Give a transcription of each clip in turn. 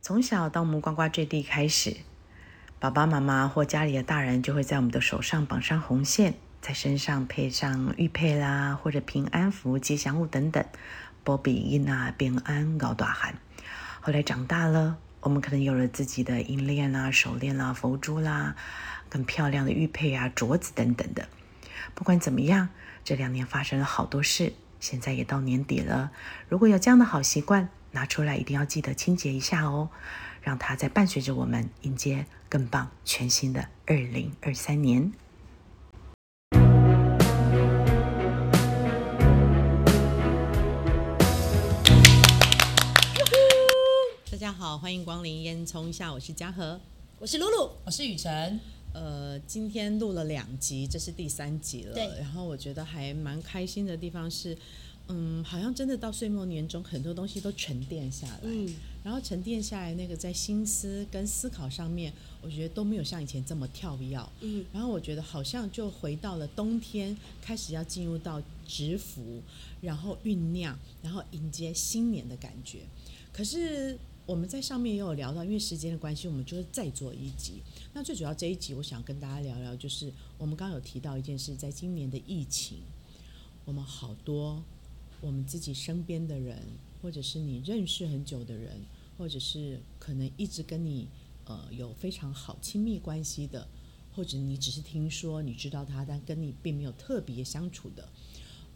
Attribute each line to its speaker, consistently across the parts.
Speaker 1: 从小，当我们呱呱坠地开始，爸爸妈妈或家里的大人就会在我们的手上绑上红线，在身上配上玉佩啦，或者平安符、吉祥物等等，保庇囡仔平安搞大汉。后来长大了，我们可能有了自己的银链啦、手链啦、佛珠啦，更漂亮的玉佩啊、镯子等等的。不管怎么样，这两年发生了好多事，现在也到年底了。如果有这样的好习惯，拿出来一定要记得清洁一下哦，让它在伴随着我们迎接更棒、全新的二零二三年。大家好，欢迎光临烟囱下，我是嘉禾。
Speaker 2: 我是露露，
Speaker 3: 我是雨辰，
Speaker 1: 呃，今天录了两集，这是第三集了。
Speaker 2: 对
Speaker 1: 然后我觉得还蛮开心的地方是，嗯，好像真的到岁末年终，很多东西都沉淀下来。
Speaker 2: 嗯，
Speaker 1: 然后沉淀下来，那个在心思跟思考上面，我觉得都没有像以前这么跳跃。啊
Speaker 2: 嗯，
Speaker 1: 然后我觉得好像就回到了冬天，开始要进入到直服，然后酝酿，然后迎接新年的感觉。可是我们在上面也有聊到，因为时间的关系，我们就是再做一集。那最主要这一集，我想跟大家聊聊，就是我们刚刚有提到一件事，在今年的疫情，我们好多我们自己身边的人，或者是你认识很久的人，或者是可能一直跟你呃有非常好亲密关系的，或者你只是听说你知道他，但跟你并没有特别相处的，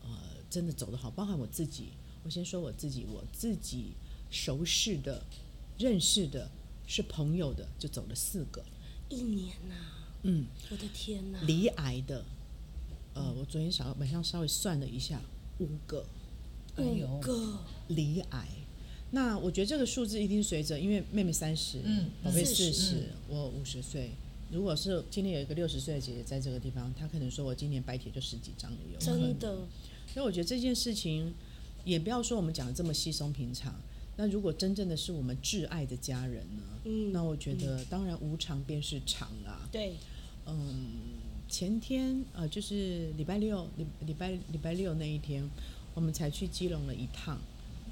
Speaker 1: 呃，真的走得好，包含我自己。我先说我自己，我自己熟识的、认识的、是朋友的，就走了四个。
Speaker 2: 一年呐、
Speaker 1: 嗯，
Speaker 2: 我的天呐、
Speaker 1: 离癌的，呃，我昨天稍晚上稍微算了一下，五个
Speaker 3: 哎呦
Speaker 2: 五个，
Speaker 1: 离癌。那我觉得这个数字一定随着，因为妹妹三十，
Speaker 3: 嗯
Speaker 1: 宝贝
Speaker 2: 40
Speaker 1: 四十、
Speaker 3: 嗯
Speaker 1: 我五十岁。如果是今天有一个六十岁的姐姐在这个地方，她可能说我今年白铁就十几张了，有可能
Speaker 2: 真的，
Speaker 1: 所以我觉得这件事情，也不要说我们讲的这么稀松平常。那如果真正的是我们挚爱的家人呢？
Speaker 2: 嗯
Speaker 1: 那我觉得当然无常便是常啊。
Speaker 2: 对，
Speaker 1: 嗯，前天呃，就是礼拜六，礼礼拜礼拜六那一天，我们才去基隆了一趟，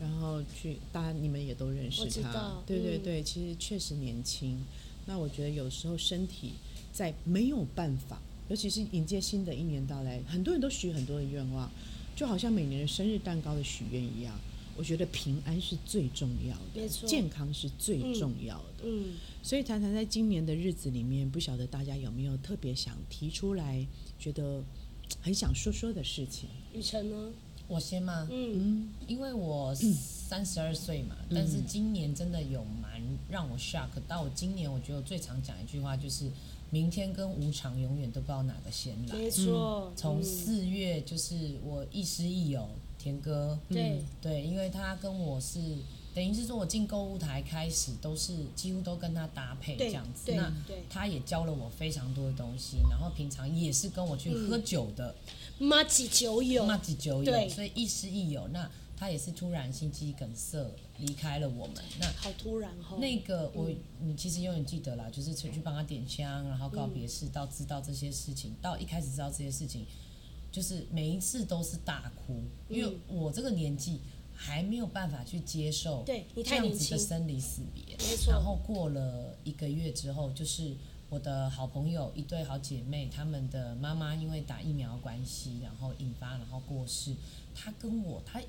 Speaker 1: 然后去，大家你们也都认识
Speaker 2: 我知
Speaker 1: 他
Speaker 2: 道，
Speaker 1: 对对
Speaker 2: 嗯
Speaker 1: 对，其实确实年轻。那我觉得有时候身体在没有办法，尤其是迎接新的一年到来，很多人都许很多的愿望，就好像每年的生日蛋糕的许愿一样。我觉得平安是最重要的
Speaker 2: 没，错
Speaker 1: 健康是最
Speaker 2: 嗯
Speaker 1: 重要的。
Speaker 2: 嗯，
Speaker 1: 所以谈谈在今年的日子里面，不晓得大家有没有特别想提出来，觉得嘖很想说说的事情？
Speaker 2: 雨辰呢？
Speaker 3: 我先吗？
Speaker 2: 嗯，
Speaker 1: 嗯，
Speaker 3: 因为我三十二岁嘛，但是今年真的有蛮让我 shock 到。我今年我觉得我最常讲一句话就是，明天跟无常永远都不知道哪个先来。
Speaker 2: 没错，
Speaker 3: 从
Speaker 2: 嗯
Speaker 3: 四月就是我亦师亦友，田哥，
Speaker 2: 对，
Speaker 3: 对，因为他跟我是等于是说我进购物台开始都是几乎都跟他搭配这
Speaker 2: 对
Speaker 3: 样，子。
Speaker 2: 对
Speaker 3: 那，
Speaker 2: 对，
Speaker 3: 他也教了我非常多的东西，然后平常也是跟我去
Speaker 2: 嗯
Speaker 3: 喝酒的。
Speaker 2: 马吉酒友，
Speaker 3: 骂几酒
Speaker 2: 对
Speaker 3: 友，所以亦师亦友。那他也是突然心肌梗塞离开了我们。那
Speaker 2: 好突然哦，
Speaker 3: 那个我，你其实永远记得啦，就是去去帮他点香，然后告别式，到知道这些事情，到一开始知道这些事情，就是每一次都是大哭，
Speaker 2: 嗯
Speaker 3: 因为我这个年纪还没有办法去接受，
Speaker 2: 对你
Speaker 3: 这
Speaker 2: 太
Speaker 3: 样
Speaker 2: 年
Speaker 3: 子的
Speaker 2: 轻，
Speaker 3: 生离死别。
Speaker 2: 没错
Speaker 3: 然后过了一个月之后，就是我的好朋友一对好姐妹，她们的妈妈因为打疫苗关系，然后引发然后过世。她跟我，她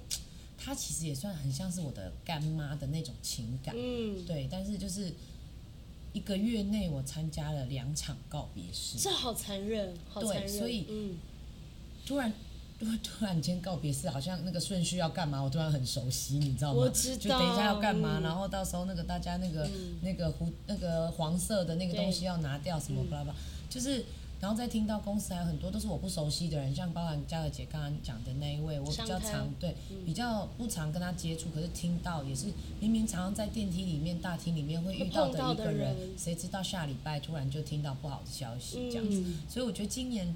Speaker 3: 她其实也算很像是我的干妈的那种情感，
Speaker 2: 嗯，
Speaker 3: 对。但是就是一个月内，我参加了两场告别式，
Speaker 2: 这好残忍，好
Speaker 3: 对
Speaker 2: 残忍，
Speaker 3: 所以
Speaker 2: 嗯，
Speaker 3: 突然。突突然间告别式，好像那个顺序要干嘛，我突然很熟悉，你知道吗？
Speaker 2: 我知道
Speaker 3: 就等一下要干嘛，
Speaker 2: 嗯
Speaker 3: 然后到时候那个大家那个、那个胡那个黄色的那个东西要拿掉什么巴拉巴拉，就是然后再听到公司还有很多都是我不熟悉的人，像包含嘉乐姐刚刚讲的那一位，我比较
Speaker 2: 商嗯汤
Speaker 3: 常对、比较不常跟他接触，可是听到也是明明常常在电梯里面、大厅里面会遇到
Speaker 2: 会碰
Speaker 3: 的
Speaker 2: 到
Speaker 3: 一
Speaker 2: 的
Speaker 3: 个人，
Speaker 2: 人
Speaker 3: 谁知道下礼拜突然就听到不好的消息这样子，
Speaker 2: 嗯，
Speaker 3: 所以我觉得今年。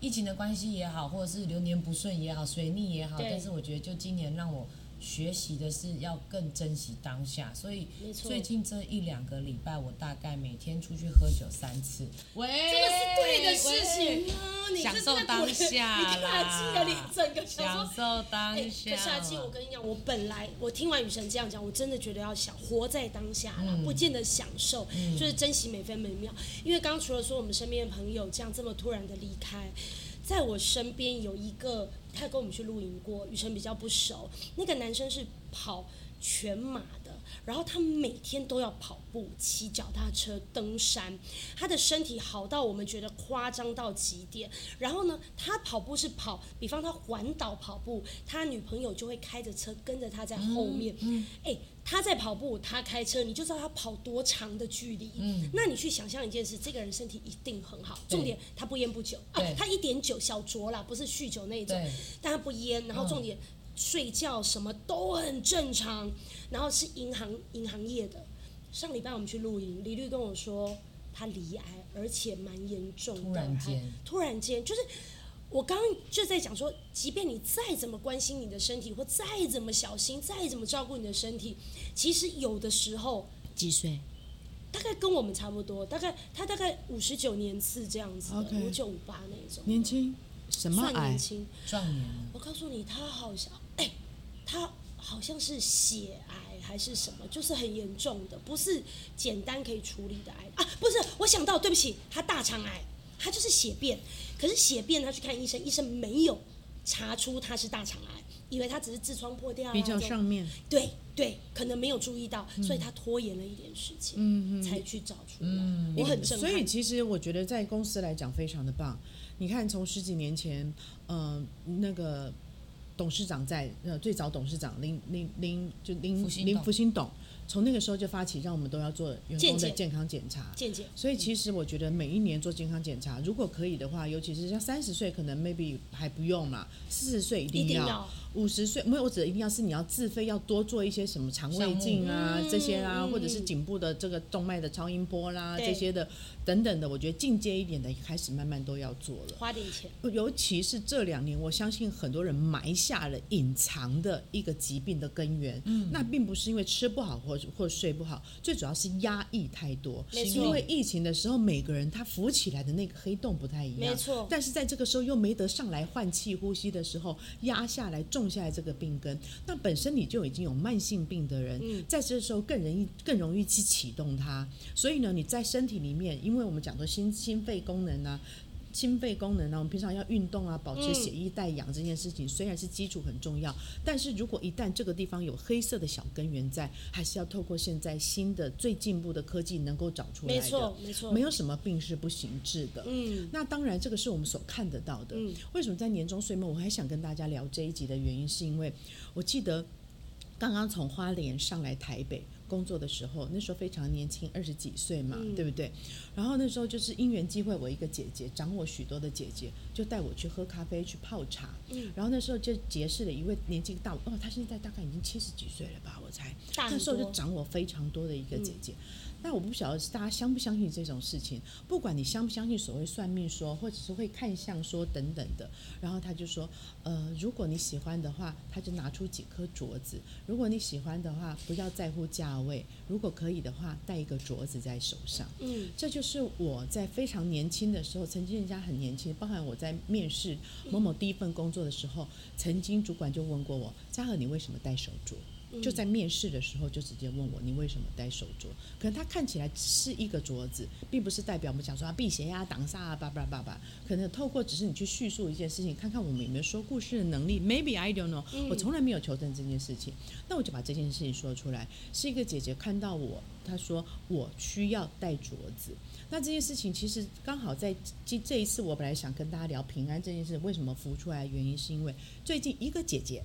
Speaker 3: 疫情的关系也好，或者是流年不顺也好，水逆也好，
Speaker 2: 对
Speaker 3: 但是我觉得就今年让我学习的是要更珍惜当下，所以
Speaker 2: 没错，
Speaker 3: 最近这一两个礼拜，我大概每天出去喝酒三次。喂，
Speaker 2: 这个是对的事情吗？你
Speaker 3: 享
Speaker 2: 这
Speaker 3: 受
Speaker 2: 是
Speaker 3: 当
Speaker 2: 鬼
Speaker 3: 下
Speaker 2: 你看
Speaker 3: 啦
Speaker 2: 他记得你整个想
Speaker 3: 享
Speaker 2: 说。
Speaker 3: 受当
Speaker 2: 哎，
Speaker 3: 下。
Speaker 2: 可是阿基，我跟你讲，我本来我听完雨神这样讲，我真的觉得要想活在当下啦，不见得享受，就是珍惜每分每秒。因为刚刚除了说我们身边的朋友这样这么突然的离开，在我身边有一个，他跟我们去露营过，雨神比较不熟，那个男生是跑全马的，然后他每天都要跑步、骑脚踏车、登山，他的身体好到我们觉得夸张到极点。然后呢，他跑步是跑，比方他环岛跑步，他女朋友就会开着车跟着他在后面。嗯，哎、他在跑步，他开车，你就知道他跑多长的距离。嗯，那你去想象一件事，这个人身体一定很好，
Speaker 3: 对
Speaker 2: 重点他不烟不酒啊
Speaker 3: 对，
Speaker 2: 他一点酒小酌啦，不是酗酒那一种。
Speaker 3: 对，
Speaker 2: 但他不烟，然后
Speaker 3: 嗯
Speaker 2: 重点、睡觉什么都很正常，然后是银行银行业的。上礼拜我们去露营，李律跟我说他罹癌，而且蛮严重的，
Speaker 3: 突然间
Speaker 2: 还突然间就是。我刚刚就在讲说，即便你再怎么关心你的身体，或再怎么小心，再怎么照顾你的身体，其实有的时候
Speaker 4: 几岁？
Speaker 2: 大概跟我们差不多，大概他大概五十九年次这样子的，
Speaker 5: OK
Speaker 2: 五九五八那一种，
Speaker 5: 年轻什么
Speaker 2: 算
Speaker 5: 癌
Speaker 2: 年？轻。
Speaker 3: 壮年了，
Speaker 2: 我告诉你，他好像，哎、他好像是血癌还是什么，就是很严重的，不是简单可以处理的癌啊。不是，我想到，对不起，他大肠癌，他就是血便。可是血便他去看医生，医生没有查出他是大肠癌，以为他只是痔疮破掉、啊，
Speaker 5: 比较
Speaker 2: 这种
Speaker 5: 上嗯面，
Speaker 2: 对对，可能没有注意到，所以他拖延了一点时间，才去找出来。我很震
Speaker 5: 嗯所以
Speaker 2: 撼。
Speaker 5: 其实我觉得在公司来讲非常的棒。你看，从十几年前，嗯、那个董事长在呃最早董事长林林林就林
Speaker 3: 福星
Speaker 5: 林
Speaker 3: 董
Speaker 5: 福星董，从那个时候就发起让我们都要做员
Speaker 2: 健
Speaker 5: 工的
Speaker 2: 检
Speaker 5: 健康检查。
Speaker 2: 健姐，
Speaker 5: 所以其实我觉得每一年做健康检查，如果可以的话，尤其是像三十岁可能 maybe 还不用嘛，四十岁一
Speaker 2: 一
Speaker 5: 定
Speaker 2: 定
Speaker 5: 要，
Speaker 2: 要
Speaker 5: 五十岁没有，我指的一定要是你要自费要多做一些什么肠胃镜啊
Speaker 2: 项目
Speaker 5: 这些啊，
Speaker 2: 嗯
Speaker 5: 或者是颈部的这个动脉的超音波啦
Speaker 2: 对
Speaker 5: 这些的等等的，我觉得进阶一点的开始慢慢都要做了。
Speaker 2: 花点钱，
Speaker 5: 尤其是这两年，我相信很多人埋下了隐藏的一个疾病的根源。嗯，那并不是因为吃不好或或睡不好，最主要是压抑太多。
Speaker 2: 没错
Speaker 5: 因为疫情的时候，每个人他浮起来的那个黑洞不太一样。
Speaker 2: 没错
Speaker 5: 但是在这个时候又没得上来换气呼吸的时候，压下来种下来这个病根，那本身你就已经有慢性病的人，
Speaker 2: 嗯
Speaker 5: 在这时候更容易更容易去启动它。所以呢，你在身体里面，因为我们讲说心心肺功能啊。心肺功能啊，我们平常要运动啊，保持血液带氧这件事情、虽然是基础很重要，但是如果一旦这个地方有黑色的小根源在，还是要透过现在新的最进步的科技能够找出来
Speaker 2: 没
Speaker 5: 的。
Speaker 2: 错没错，
Speaker 5: 没有什么病是不行治的。
Speaker 2: 嗯，
Speaker 5: 那当然，这个是我们所看得到的。
Speaker 2: 嗯
Speaker 5: 为什么在年终岁末，我还想跟大家聊这一集的原因，是因为我记得刚刚从花莲上来台北工作的时候，那时候非常年轻，二十几岁嘛，
Speaker 2: 嗯
Speaker 5: 对不对？然后那时候就是因缘机会，我一个姐姐，长我许多的姐姐，就带我去喝咖啡，去泡茶。
Speaker 2: 嗯
Speaker 5: 然后那时候就结识了一位年纪大我，哦，她现在大概已经七十几岁了吧，我猜。
Speaker 2: 大很
Speaker 5: 那时候就
Speaker 2: 多嗯
Speaker 5: 长我非常多的一个姐姐。那我不晓得是大家相不相信这种事情，不管你相不相信所谓算命说，或者是会看相说等等的。然后他就说，呃，如果你喜欢的话，他就拿出几颗镯子。如果你喜欢的话，不要在乎价位，如果可以的话，戴一个镯子在手上。
Speaker 2: 嗯，
Speaker 5: 这就是我在非常年轻的时候，曾经人家很年轻，包含我在面试某某第一份工作的时候，曾经主管就问过我：“嘉禾，你为什么戴手镯？”
Speaker 2: 嗯
Speaker 5: 就在面试的时候就直接问我：“你为什么戴手镯？”可能它看起来只是一个镯子，并不是代表我们讲说啊辟邪呀、挡煞啊、叭叭叭叭。可能透过只是你去叙述一件事情，看看我们有没有说故事的能力。Maybe I don't know，、我从来没有求证这件事情。那我就把这件事情说出来。是一个姐姐看到我，她说我需要戴镯子。那这件事情其实刚好在这这一次，我本来想跟大家聊平安这件事，为什么浮出来的原因，是因为最近一个姐姐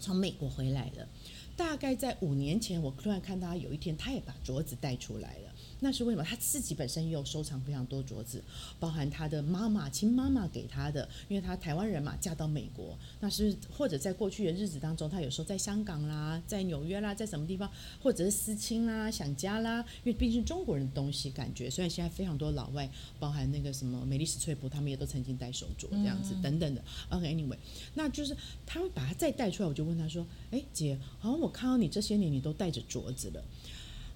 Speaker 5: 从美国回来了，大概在五年前，我突然看到她有一天，她也把镯子戴出来了。那是为什么？他自己本身也有收藏非常多镯子，包含他的妈妈亲妈妈给他的，因为他台湾人嘛，嫁到美国，那是或者在过去的日子当中，他有时候在香港啦，在纽约啦，在什么地方，或者是思亲啦、想家啦，因为毕竟中国人的东西，感觉虽然现在非常多老外，包含那个什么美丽史翠普，他们也都曾经戴手镯这样子、等等的。OK，anyway，、那就是他会把它再带出来，我就问他说：“哎，姐，好像我看到你这些年你都戴着镯子了。”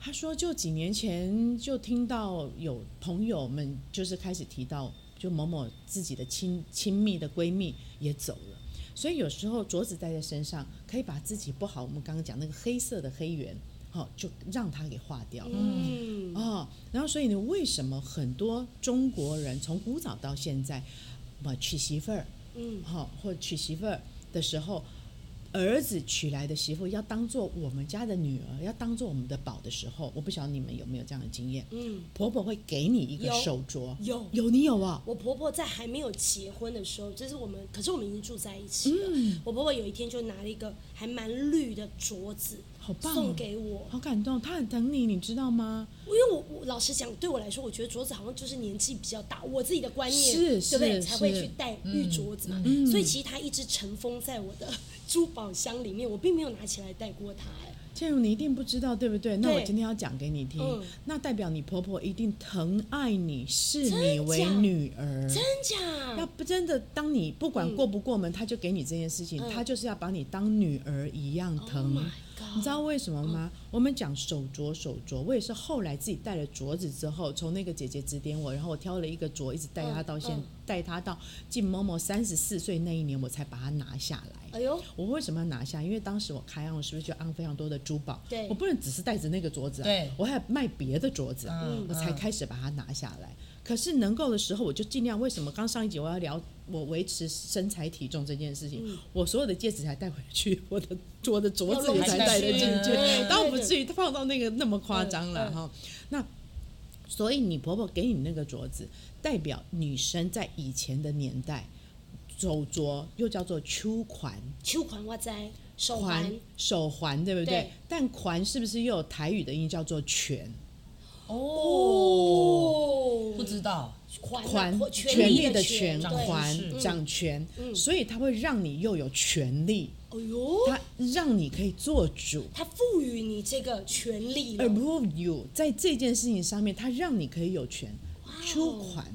Speaker 5: 他说，就几年前就听到有朋友们就是开始提到，就某某自己的亲亲密的闺蜜也走了，所以有时候镯子戴在身上，可以把自己不好，我们刚刚讲那个黑色的黑圆，好、就让它给化掉。
Speaker 2: 嗯，
Speaker 5: 哦，然后所以呢，为什么很多中国人从古早到现在，嘛娶媳妇儿，
Speaker 2: 嗯，
Speaker 5: 好、或娶媳妇儿的时候，儿子娶来的媳妇要当做我们家的女儿，要当做我们的宝的时候，我不晓得你们有没有这样的经验，
Speaker 2: 嗯，
Speaker 5: 婆婆会给你一个
Speaker 2: 有
Speaker 5: 手镯，
Speaker 2: 有
Speaker 5: 有你有啊，
Speaker 2: 我婆婆在还没有结婚的时候，就是我们，可是我们已经住在一起了。
Speaker 5: 嗯
Speaker 2: 我婆婆有一天就拿了一个还蛮绿的镯子，
Speaker 5: 好棒哦
Speaker 2: 送给我。
Speaker 5: 好感动，她很疼你，你知道吗？
Speaker 2: 因为我我老实讲，对我来说，我觉得镯子好像就是年纪比较大，我自己的观念，对
Speaker 5: 是
Speaker 2: 不对？
Speaker 5: 是
Speaker 2: 才会
Speaker 5: 是嗯
Speaker 2: 去戴玉镯子嘛。所以其实它一直尘封在我的珠宝箱里面，我并没有拿起来戴过它、哎，
Speaker 5: 倩茹，你一定不知道，对不对？那我
Speaker 2: 对
Speaker 5: 今天要讲给你听，
Speaker 2: 嗯
Speaker 5: 那代表你婆婆一定疼爱你，视你为
Speaker 2: 真假
Speaker 5: 女儿。
Speaker 2: 真
Speaker 5: 要
Speaker 2: 假？
Speaker 5: 不真的，当你不管过不过门，她就给你这件事情，
Speaker 2: 嗯
Speaker 5: 她就是要把你当女儿一样
Speaker 2: Oh
Speaker 5: 疼。
Speaker 2: my god！嗯
Speaker 5: 你知道为什么吗？我们讲手镯，手镯，我也是后来自己戴了镯子之后，从那个姐姐指点我，然后我挑了一个镯，一直戴她到现，
Speaker 2: 嗯嗯
Speaker 5: 戴她到进某某三十四岁那一年，我才把它拿下来。
Speaker 2: 哎呦，
Speaker 5: 我为什么要拿下？因为当时我开案，我是不是就按非常多的珠宝？
Speaker 2: 对
Speaker 5: 我不能只是戴着那个镯子、啊，
Speaker 3: 对
Speaker 5: 我还有卖别的镯子、啊，
Speaker 3: 嗯
Speaker 5: 我才开始把它拿下来。可是能够的时候，我就尽量。为什么刚上一集我要聊我维持身材体重这件事情？我所有的戒指才带回去，我的我的镯子也才戴得进
Speaker 3: 要弄
Speaker 5: 去
Speaker 3: 进去，
Speaker 5: 当然不至于胖到那个那么夸张了
Speaker 2: 嗯嗯
Speaker 5: 哈。那所以你婆婆给你那个镯子，代表女生在以前的年代，手镯又叫做秋款。
Speaker 2: 秋款哇塞，手
Speaker 5: 环
Speaker 2: 环，
Speaker 5: 手环，对不对？
Speaker 2: 对
Speaker 5: 但环是不是又有台语的音叫做拳？
Speaker 2: 哦
Speaker 3: 哦，不知道，
Speaker 2: 环啊
Speaker 5: 环
Speaker 2: 或
Speaker 5: 权
Speaker 2: 权
Speaker 5: 的
Speaker 2: 权，
Speaker 5: 权，
Speaker 2: 对
Speaker 3: 掌权
Speaker 5: 环
Speaker 3: 是
Speaker 5: 掌权，
Speaker 2: 嗯
Speaker 5: 所以它会让你又有权利，
Speaker 2: 哎呦，
Speaker 5: 它让你可以做主。
Speaker 2: 它赋予你这个权利了
Speaker 5: approve you，在这件事情上面，它让你可以有权出
Speaker 2: 哦
Speaker 5: 款。
Speaker 2: 啊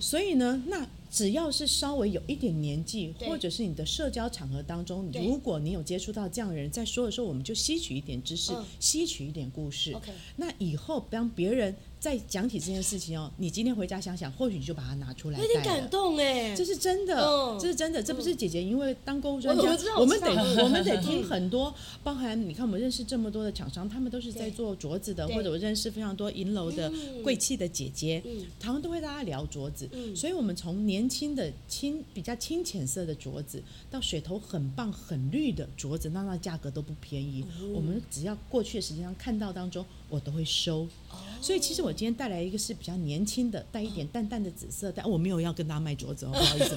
Speaker 5: 所以呢，那只要是稍微有一点年纪，
Speaker 2: 对
Speaker 5: 或者是你的社交场合当中，
Speaker 2: 对
Speaker 5: 如果你有接触到这样的人，在说的时候，我们就吸取一点知识，
Speaker 2: 嗯
Speaker 5: 吸取一点故事。
Speaker 2: OK
Speaker 5: 那以后当别人在讲起这件事情哦，你今天回家想想，或许你就把它拿出来
Speaker 2: 我有点
Speaker 5: 带了
Speaker 2: 感。动哎、
Speaker 5: 这是真的，
Speaker 2: 嗯
Speaker 5: 这是真的，这不是姐姐，因为当购物专
Speaker 2: 我
Speaker 5: 家
Speaker 2: 我知道，嗯
Speaker 5: 我们得
Speaker 2: 我知
Speaker 5: 我们得听很多，包含你看我们认识这么多的厂商，他们都是在
Speaker 2: 对
Speaker 5: 做镯子的，
Speaker 2: 对
Speaker 5: 或者我认识非常多银楼的
Speaker 2: 嗯
Speaker 5: 贵气的姐姐
Speaker 2: 嗯，
Speaker 5: 他们都会大家聊镯子，
Speaker 2: 嗯
Speaker 5: 所以我们从年轻的清比较清浅色的镯子，到水头很棒很绿的镯子，那那价格都不便宜，
Speaker 2: 哦
Speaker 5: 我们只要过去的时间上看到当中，我都会收。
Speaker 2: 哦
Speaker 5: 所以其实我今天带来一个是比较年轻的，带一
Speaker 2: 啊
Speaker 5: 点淡淡的紫色，但我没有要跟大家卖镯 子哦，不好意思。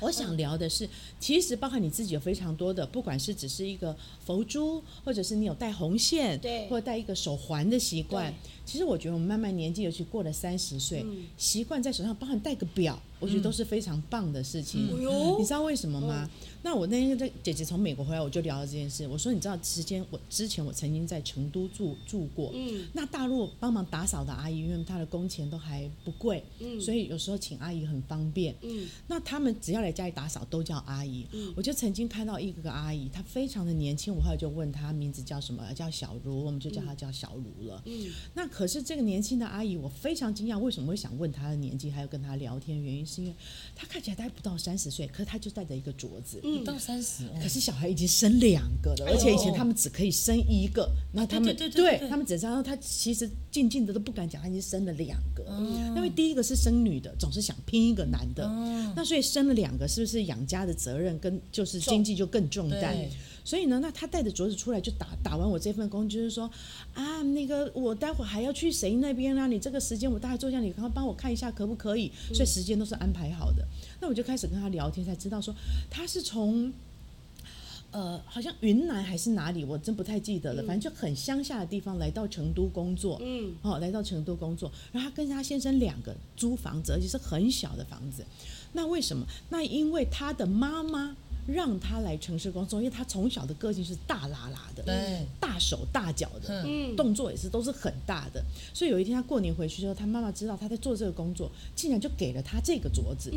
Speaker 5: 我想聊的是，其实包含你自己有非常多的，不管是只是一个佛珠，或者是你有戴红线，
Speaker 2: 对
Speaker 5: 或者戴一个手环的习惯
Speaker 2: 对。
Speaker 5: 其实我觉得我们慢慢年纪，尤其过了三十岁，习惯在手上，包含戴个表，我觉得都是非常棒的事情。
Speaker 2: 哎呦
Speaker 5: 你知道为什么吗？
Speaker 2: 哦
Speaker 5: 那我那天在姐姐从美国回来，我就聊到这件事。我说，你知道之前我之前我曾经在成都住住过，
Speaker 2: 嗯
Speaker 5: 那大陆帮忙打扫的阿姨，因为她的工钱都还不贵，所以有时候请阿姨很方便。
Speaker 2: 嗯
Speaker 5: 那他们只要来家里打扫，都叫阿姨。我就曾经看到一个阿姨，她非常的年轻，我后来就问她名字叫什么，叫小茹，我们就叫她叫小茹了。
Speaker 2: 嗯
Speaker 5: 那可是这个年轻的阿姨，我非常惊讶，为什么会想问她的年纪，还有跟她聊天，原因是因为她看起来大概不到三十岁，可是她就戴着一个镯子。
Speaker 2: 嗯
Speaker 3: 不到三十， 哦
Speaker 5: 可是小孩已经生两个了，
Speaker 2: 哎呦
Speaker 5: 而且以前他们只可以生一个，那他们
Speaker 3: 对对对对对
Speaker 5: 他们只知道他其实静静的都不敢讲，他已经生了两个，
Speaker 3: 嗯
Speaker 5: 因为第一个是生女的，总是想拼一个男的，那所以生了两个，是不是养家的责任跟就是经济就更重担
Speaker 3: 对？
Speaker 5: 所以呢，那他带着镯子出来就打打完我这份工，就是说啊，那个我待会还要去谁那边啊？你这个时间我大概坐下，你刚刚帮我看一下可不可以？所以
Speaker 3: 嗯
Speaker 5: 时间都是安排好的。那我就开始跟他聊天，才知道说他是从呃，好像云南还是哪里，我真不太记得了，反正就很乡下的地方来到成都工作，
Speaker 2: 嗯，
Speaker 5: 哦，来到成都工作，然后她跟她先生两个租房子，而且是很小的房子。那为什么？那因为她的妈妈让她来城市工作，因为她从小的个性是大拉拉的，
Speaker 3: 对，
Speaker 5: 大手大脚的，
Speaker 2: 嗯
Speaker 5: 动作也是都是很大的。所以有一天她过年回去之后，她妈妈知道她在做这个工作，竟然就给了她这个镯子。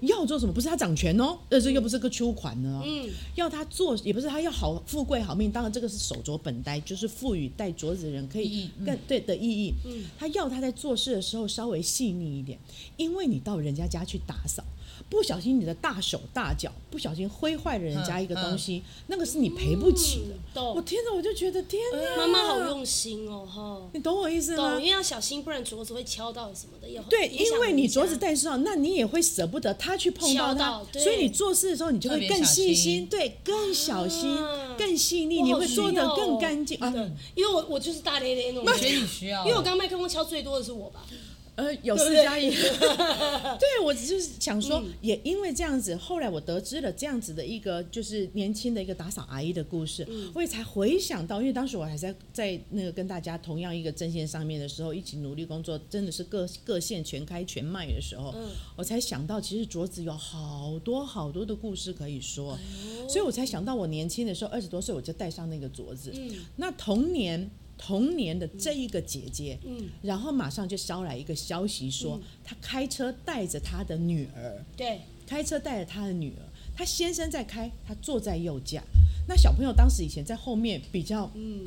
Speaker 5: 要做什么？不是她掌权哦，呃，这又不是个秋款呢、哦。
Speaker 2: 嗯，
Speaker 5: 要他做也不是他要好富贵好命，当然这个是手镯本呆，就是赋予戴镯子的人可
Speaker 3: 意
Speaker 5: 以
Speaker 3: 义嗯
Speaker 5: 更对的意义。他要他在做事的时候稍微细腻一点，因为你到人家家去打扫，不小心你的大手大脚不小心挥坏了人家一个东西，那个是你赔不起的。我
Speaker 2: 嗯懂。
Speaker 5: 天哪，我就觉得天哪，
Speaker 2: 妈妈好，用心哦，哈。
Speaker 5: 你懂我意思
Speaker 2: 懂，
Speaker 5: 吗
Speaker 2: 因？为要小心，不然镯子会敲到什么的。也
Speaker 5: 啊对，
Speaker 2: 影响
Speaker 5: 因为你
Speaker 2: 人家
Speaker 5: 镯子戴上，那你也会舍不得他去碰到
Speaker 2: 敲
Speaker 5: 它
Speaker 2: 到，对
Speaker 5: 所以你做事的时候你就
Speaker 3: 特
Speaker 5: 会
Speaker 3: 别
Speaker 5: 更
Speaker 3: 小
Speaker 5: 细
Speaker 3: 心
Speaker 5: 对，更小心
Speaker 2: 啊，
Speaker 5: 更细腻，
Speaker 2: 我
Speaker 5: 你
Speaker 2: 好
Speaker 5: 会
Speaker 2: 需
Speaker 5: 做得
Speaker 2: 要
Speaker 5: 更
Speaker 2: 哦
Speaker 5: 干净啊。
Speaker 2: 因为我我就是大咧咧那种
Speaker 3: 我
Speaker 2: 人，
Speaker 3: 觉得你需要，
Speaker 2: 因为我刚麦克风敲最多的是我吧，
Speaker 5: 呃，有四加一，对我就是想说，也因为这样子，后来我得知了这样子的一个就是年轻的一个打扫阿姨的故事，我也才回想到，因为当时我还在在那个跟大家同样一个阵线上面的时候，一起努力工作，真的是各各线全开全卖的时候，我才想到，其实卓子有好多好多的故事可以说，所以我才想到我年轻的时候，二十多岁我就戴上那个镯子，
Speaker 2: 嗯
Speaker 5: 那同年。同年的这一个姐姐，
Speaker 2: 嗯
Speaker 5: 然后马上就捎来一个消息说，他开车带着他的女儿，
Speaker 2: 对，
Speaker 5: 开车带着他的女儿，他先生在开，他坐在右驾。那小朋友当时以前在后面比较，嗯，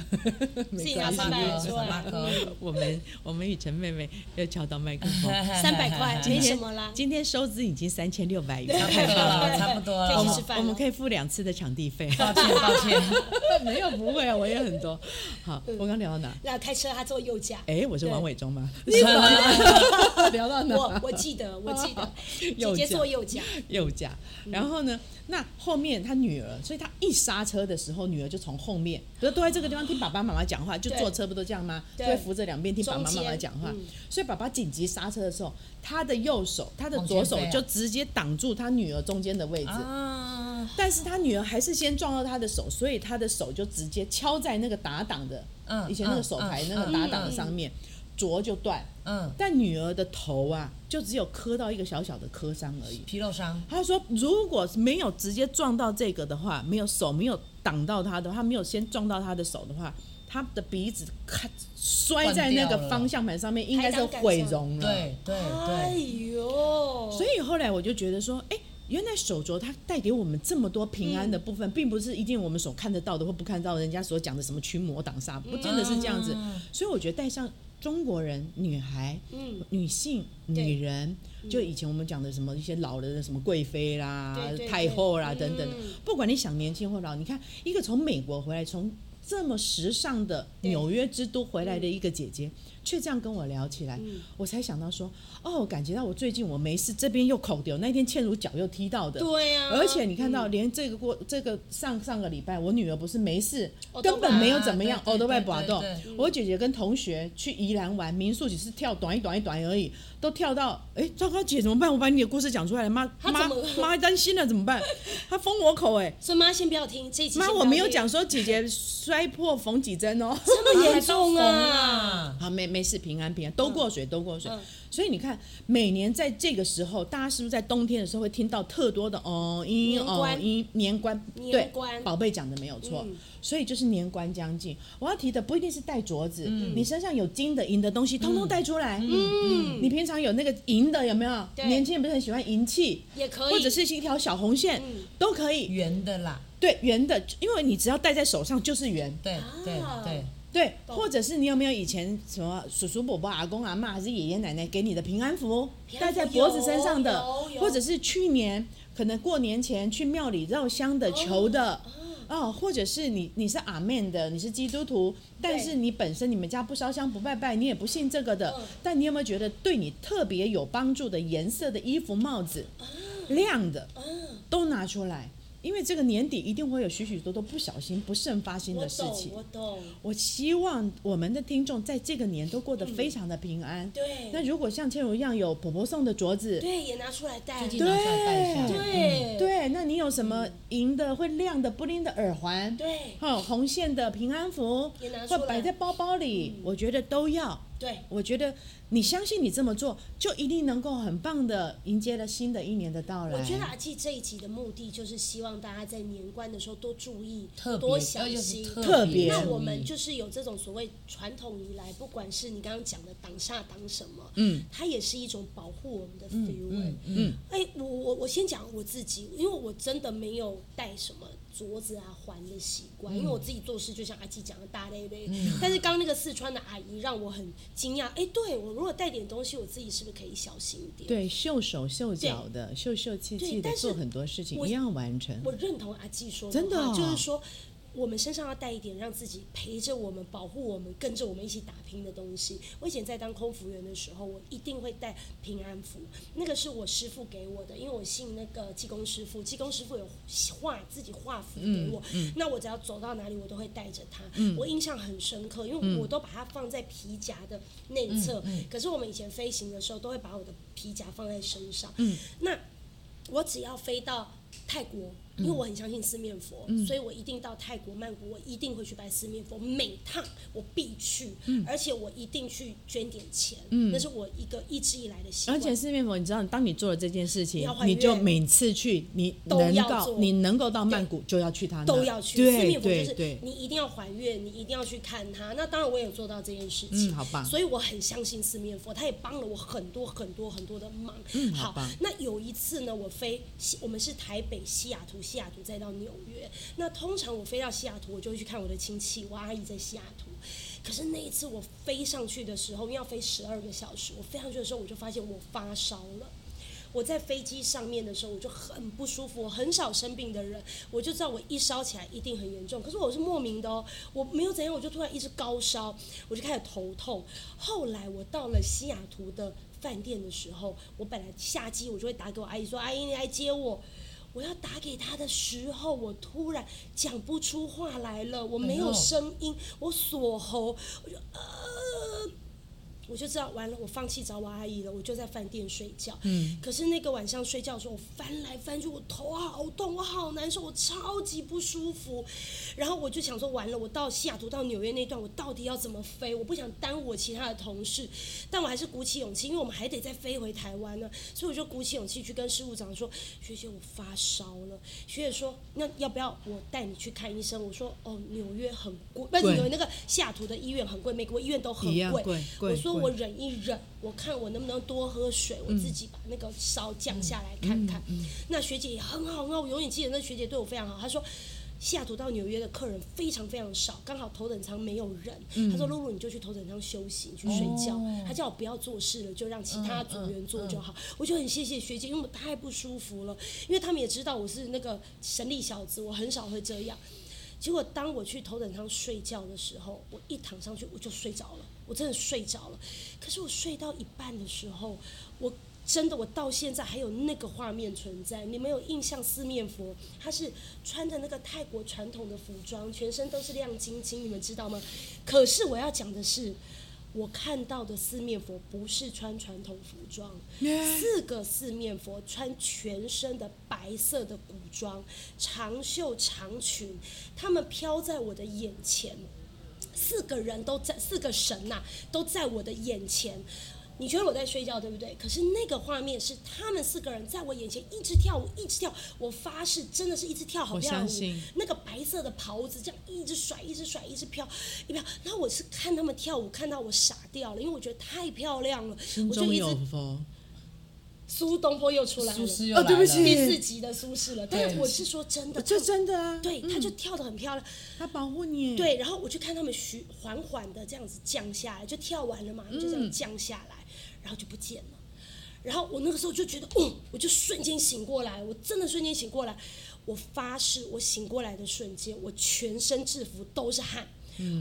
Speaker 2: 自
Speaker 5: 没
Speaker 2: 己拿
Speaker 5: 关
Speaker 3: 三
Speaker 2: 三百
Speaker 5: 系
Speaker 3: 百克，
Speaker 2: 出来
Speaker 3: 三百克，
Speaker 5: 我们我们雨辰妹妹又敲到麦克 风，
Speaker 2: 三百块
Speaker 5: 今
Speaker 2: 没
Speaker 5: 天
Speaker 2: 什么啦，
Speaker 5: 今天收支已经三千六百元，
Speaker 3: 差 不多了，啊差不多
Speaker 2: 可
Speaker 5: 我
Speaker 2: 以去。
Speaker 3: 了
Speaker 2: 吃
Speaker 5: 们
Speaker 2: 饭了哦
Speaker 5: 哦我们可以付两次的场地费，
Speaker 3: 抱歉，抱歉，
Speaker 5: 没有不会啊，我也很多。好，我刚聊到哪？
Speaker 2: 那开车他坐右驾，
Speaker 5: 哎，我是
Speaker 2: 对
Speaker 5: 王伟忠吗？聊到哪？
Speaker 2: 我我记得我记得，姐
Speaker 5: 右
Speaker 2: 姐
Speaker 5: 驾
Speaker 2: 坐右驾，
Speaker 5: 右驾，然后呢，那后面他女儿，所以他一刹车的时候，女儿就从后面，不是都在这个地方听爸爸妈妈讲话，就
Speaker 2: 对
Speaker 5: 坐车不都这样吗？就
Speaker 2: 对
Speaker 5: 会扶着两边听爸
Speaker 2: 中
Speaker 5: 爸妈妈
Speaker 2: 间
Speaker 5: 讲话。
Speaker 2: 嗯
Speaker 5: 所以爸爸紧急刹车的时候，他的右手，他的
Speaker 3: 往前
Speaker 5: 左手
Speaker 3: 飞啊
Speaker 5: 就直接挡住他女儿中间的位置。
Speaker 3: 啊，
Speaker 5: 但是他女儿还是先撞到他的手，所以他的手就直接敲在那个打档的，
Speaker 3: 嗯
Speaker 5: 以前那个手牌
Speaker 3: 嗯
Speaker 5: 那个打档的上面，镯就断。
Speaker 3: 嗯，
Speaker 5: 但女儿的头啊，就只有磕到一个小小的磕伤而已。
Speaker 3: 皮肉伤，
Speaker 5: 他说，如果没有直接撞到这个的话，没有手没有挡到他的话，没有先撞到他的手的话，他的鼻子咔摔在那个方向盘上面，应该是毁容了。
Speaker 3: 对对
Speaker 2: 哎
Speaker 3: 对，
Speaker 2: 呦，
Speaker 5: 所以后来我就觉得说，哎、原来手镯它带给我们这么多平
Speaker 2: 嗯
Speaker 5: 安的部分，并不是一定我们所看得到的或不看到的，人家所讲的什么驱魔挡煞，不见得是这样子。
Speaker 3: 嗯
Speaker 5: 所以我觉得带上中国人女孩，
Speaker 2: 嗯，
Speaker 5: 女性、
Speaker 2: 对嗯
Speaker 5: 女人，就以前我们讲的什么一些老人的什么贵妃啦
Speaker 2: 对对、对
Speaker 5: 太后啦等等的
Speaker 2: 嗯，
Speaker 5: 不管你想年轻或老，你看一个从美国回来，从这么时尚的
Speaker 2: 对
Speaker 5: 纽约之都回来的一个姐姐，却这样跟我聊起来，
Speaker 2: 嗯
Speaker 5: 我才想到说，哦，我感觉到我最近我没事，这边又口丢，那天倩如脚又踢到的。
Speaker 2: 对啊，
Speaker 5: 而且你看到，连这个过这个上上个礼拜，我女儿不是没事，
Speaker 2: 哦
Speaker 5: 根本没有怎么样，
Speaker 3: 对
Speaker 5: 哦，
Speaker 3: 对
Speaker 5: 都被
Speaker 3: 对
Speaker 5: 拔
Speaker 3: 对
Speaker 5: 动
Speaker 3: 对。
Speaker 5: 我姐姐跟同学去宜兰玩，民宿只是跳短一短一短而已，都跳到，哎，糟糕，姐怎么办？我把你的故事讲出来了，妈
Speaker 2: 她
Speaker 5: 妈
Speaker 2: 怎么了
Speaker 5: 妈担心了怎么办？她封我口哎、
Speaker 2: 所以妈先不要听这一集，
Speaker 5: 妈我没有讲，说姐姐摔破缝几针哦。
Speaker 2: 这么严重
Speaker 3: 还
Speaker 2: 啊
Speaker 3: 到缝。啊，
Speaker 5: 好，没没事，平安平安，都过水，都过水
Speaker 2: 嗯。
Speaker 5: 所以你看，每年在这个时候，大家是不是在冬天的时候会听到特多的哦音
Speaker 2: 年
Speaker 5: 哦
Speaker 2: 关
Speaker 5: 音年关？
Speaker 2: 年
Speaker 5: 对
Speaker 2: 关，嗯
Speaker 5: 宝贝讲的没有错。所以就是年关将近，我要提的不一定是戴镯子，
Speaker 2: 嗯
Speaker 5: 你身上有金的、银的东西，通通带出来。嗯，你平常有那个银的有没有？
Speaker 2: 对
Speaker 5: 年轻人不是很喜欢银器，
Speaker 2: 也可以，
Speaker 5: 或者是一条小红线
Speaker 2: 嗯
Speaker 5: 都可以。
Speaker 3: 圆的啦，
Speaker 5: 对，圆的，因为你只要戴在手上就是圆。
Speaker 3: 对
Speaker 2: 啊
Speaker 3: 对对，
Speaker 5: 对，
Speaker 2: 懂
Speaker 5: 或者是你有没有以前什么叔叔、伯伯、阿公、阿妈还是爷爷奶奶给你的平安符，哦
Speaker 2: 平安
Speaker 5: 戴
Speaker 2: 符
Speaker 5: 在脖子身上的
Speaker 2: 有有，有
Speaker 5: 或者是去年可能过年前去庙里绕香的、求的。哦，或者是你你是阿妹的，你是基督徒，但是你本身你们家不烧香不拜拜，你也不信这个的，
Speaker 2: 嗯
Speaker 5: 但你有没有觉得对你特别
Speaker 2: 啊嗯
Speaker 5: 有帮助的颜色的衣服、帽子，亮的，都拿出来。因为这个年底一定会有许许多多不小心、不慎发生
Speaker 2: 我
Speaker 5: 的事
Speaker 2: 懂，
Speaker 5: 情。
Speaker 2: 我懂，
Speaker 5: 我希望我们的听众在这个年都过得非常的平安。那
Speaker 2: 嗯对，
Speaker 5: 如果像倩茹一样有婆婆送的镯子，
Speaker 2: 对，也拿出来戴，哎对
Speaker 3: 最近拿出来戴一下，
Speaker 2: 对
Speaker 5: 对，那你有什么银的、会亮的、不灵的耳环，
Speaker 2: 对
Speaker 5: 还有红线的平安符
Speaker 2: 也拿，出
Speaker 5: 或
Speaker 2: 来嗯
Speaker 5: 摆在包包里，我觉得都要。
Speaker 2: 对，
Speaker 5: 我觉得你相信你这么做，就一定能够很棒的迎接了新的一年的到来。
Speaker 2: 我觉得阿纪这一集的目的就是希望大家在年关的时候多注意、
Speaker 3: 特别
Speaker 2: 多
Speaker 3: 而
Speaker 2: 小
Speaker 3: 且
Speaker 2: 心
Speaker 3: 是。
Speaker 5: 特别
Speaker 2: 那
Speaker 3: 注
Speaker 2: 我
Speaker 3: 意
Speaker 2: 们就是有这种所谓传统以来，不管是你刚刚讲的挡煞挡什么，嗯，它也是一种保护我们的 feel
Speaker 3: 嗯
Speaker 2: 味。
Speaker 3: 嗯，
Speaker 2: 哎、我我我先讲我自己，因为我真的没有戴什么镯子啊环的习
Speaker 3: 嗯
Speaker 2: 惯，因为我自己做事就像阿纪讲的大咧咧。但是刚刚那个四川的阿姨让我很惊讶，哎、对我如果带点东西，我自己是不是可以小心一点？
Speaker 5: 对，秀手秀脚的，秀秀气气
Speaker 2: 对
Speaker 5: 的
Speaker 2: 但是
Speaker 5: 做很多事情，
Speaker 2: 我
Speaker 5: 一样完成。
Speaker 2: 我认同阿纪说
Speaker 5: 真的
Speaker 2: 话
Speaker 5: 哦
Speaker 2: 就是说我们身上要带一点让自己陪着我们、保护我们、跟着我们一起打拼的东西。我以前在当空服员的时候，我一定会带平安符，那个是我师傅给我的，因为我信那个济公师傅，
Speaker 5: 嗯
Speaker 2: 济公师傅有画自己画符给我，那我只要走到哪里，我都会带着它。
Speaker 5: 嗯
Speaker 2: 我印象很深刻，因为我都把它放在皮夹的内侧，
Speaker 5: 嗯
Speaker 2: 可是我们以前飞行的时候都会把我的皮夹放在身上，
Speaker 5: 嗯
Speaker 2: 那。我只要飞到泰国，因为
Speaker 5: 嗯
Speaker 2: 我很相信四面佛，所以我一定到泰国曼谷，我一定会去拜四面佛，每趟我必去，
Speaker 5: 嗯
Speaker 2: 而且我一定去捐点钱，那是我一个一直以来的习
Speaker 5: 而
Speaker 2: 惯。
Speaker 5: 且四面佛，你知道，当你做了这件事情
Speaker 2: 要，怀
Speaker 5: 你
Speaker 2: 孕
Speaker 5: 就每次去，你
Speaker 2: 都
Speaker 5: 能
Speaker 2: 要
Speaker 5: 够
Speaker 2: 做
Speaker 5: 你能够到曼谷就要去他那，
Speaker 2: 都要去四
Speaker 5: 对
Speaker 2: 面佛，就
Speaker 5: 对
Speaker 2: 是
Speaker 5: 对，
Speaker 2: 你一定要还愿，你一定要去看它。那当然，我也有做到这件事情，
Speaker 5: 嗯好棒
Speaker 2: 所以我很相信四面佛，他也帮了我很多很多很多的忙。
Speaker 5: 嗯好
Speaker 2: 好
Speaker 5: 棒
Speaker 2: 那有一次呢，我飞西，我们是台北、西雅图，西雅图再到纽约。那通常我飞到西雅图，我就会去看我的亲戚，我阿姨在西雅图。可是那一次我飞上去的时候，因为要飞十二个小时，我飞上去的时候，我就发现我发烧了。我在飞机上面的时候，我就很不舒服。我很少生病的人，我就知道我一烧起来一定很严重。可是我是莫名的哦，我没有怎样，我就突然一直高烧，我就开始头痛。后来我到了西雅图的饭店的时候，我本来下机我就会打给我阿姨说：“阿姨，你来接我。”我要打给她的时候，我突然讲不出话来了，我没
Speaker 3: 哎
Speaker 2: 有
Speaker 3: 呦
Speaker 2: 声音，我锁喉，我就呃。我就知道完了，我放弃找我阿姨了，我就在饭店睡觉。嗯，可是那个晚上睡觉的时候，我翻来翻去，我头好痛，我啊好难受，我超级不舒服。然后我就想说，完了，我到西雅图到纽约那段，我到底要怎么飞？我不想耽误我其他的同事，但我还是鼓起勇气，因为我们还得再飞回台湾呢，所以我就鼓起勇气去跟事务长说：“学姐，我发烧了。”学姐说：“那要不要我带你去看医生？”我说：“哦，纽约很贵，不是
Speaker 5: 贵
Speaker 2: 纽约那个西雅图的医院很贵， 美国医院都很
Speaker 5: 一样
Speaker 2: 贵。
Speaker 5: 贵贵
Speaker 2: 我说
Speaker 5: 贵嗯
Speaker 2: 我忍一忍，我看我能不能多喝水，我自己把那个烧降下来看看。那学姐也很好，很好，我永远记得那学姐对我非常好。她说。西雅图到纽约的客人非常非常少，刚好头等舱没有人。
Speaker 5: 嗯
Speaker 2: 她说：“露露，你就去头等舱休息，你去睡觉。
Speaker 5: 哦
Speaker 2: 她叫我不要做事了，就让其
Speaker 5: 嗯
Speaker 2: 他组员做就好。我就很谢谢学姐，因为我太不舒服了，因为他们也知道我是那个神力小子，我很少会这样。结果当我去头等舱睡觉的时候，我一躺上去我就睡着了，我真的睡着了。可是我睡到一半的时候，我真的我到现在还有那个画面存在。你们有印象四面佛，他是穿着那个泰国传统的服装，全身都是亮晶晶，你们知道吗？可是我要讲的是。我看到的四面佛不是穿传统服装，四个四面佛穿全身的白色的古装，长袖长裙，他们飘在我的眼前，四个人都在，四个神呐、都在我的眼前。你觉得我在睡觉，对不对？可是那个画面是他们四个人在我眼前一直跳舞，一直跳。我发誓，真的是一直跳好
Speaker 5: 我
Speaker 2: 漂亮
Speaker 5: 相
Speaker 2: 的舞
Speaker 5: 信。
Speaker 2: 那个白色的袍子这样一直甩，一直甩，一直飘，一直飘。然后我是看他们跳舞，看到我傻掉了，因为我觉得太漂亮了，
Speaker 5: 心
Speaker 2: 我就
Speaker 5: 中
Speaker 2: 一直
Speaker 5: 有佛。
Speaker 2: 苏东坡又出来
Speaker 3: 苏
Speaker 2: 了，
Speaker 3: 轼又来了，
Speaker 5: 哦对不起
Speaker 2: 第四集的苏轼了。但是我是说真的，他
Speaker 5: 这
Speaker 2: 们
Speaker 5: 真的啊，
Speaker 2: 对，
Speaker 5: 嗯
Speaker 2: 他就跳得很漂亮。
Speaker 5: 他保护
Speaker 3: 嗯
Speaker 5: 你，，
Speaker 2: 对，然后我就看他们徐缓缓的这样子降下来，就跳完了嘛，
Speaker 3: 嗯
Speaker 2: 就这样降下来，然后就不见了。然后我那个时候就觉得，哦，我就瞬间醒过来，我真的瞬间醒过来。我发誓，我醒过来的瞬间，我全身制服都是汗，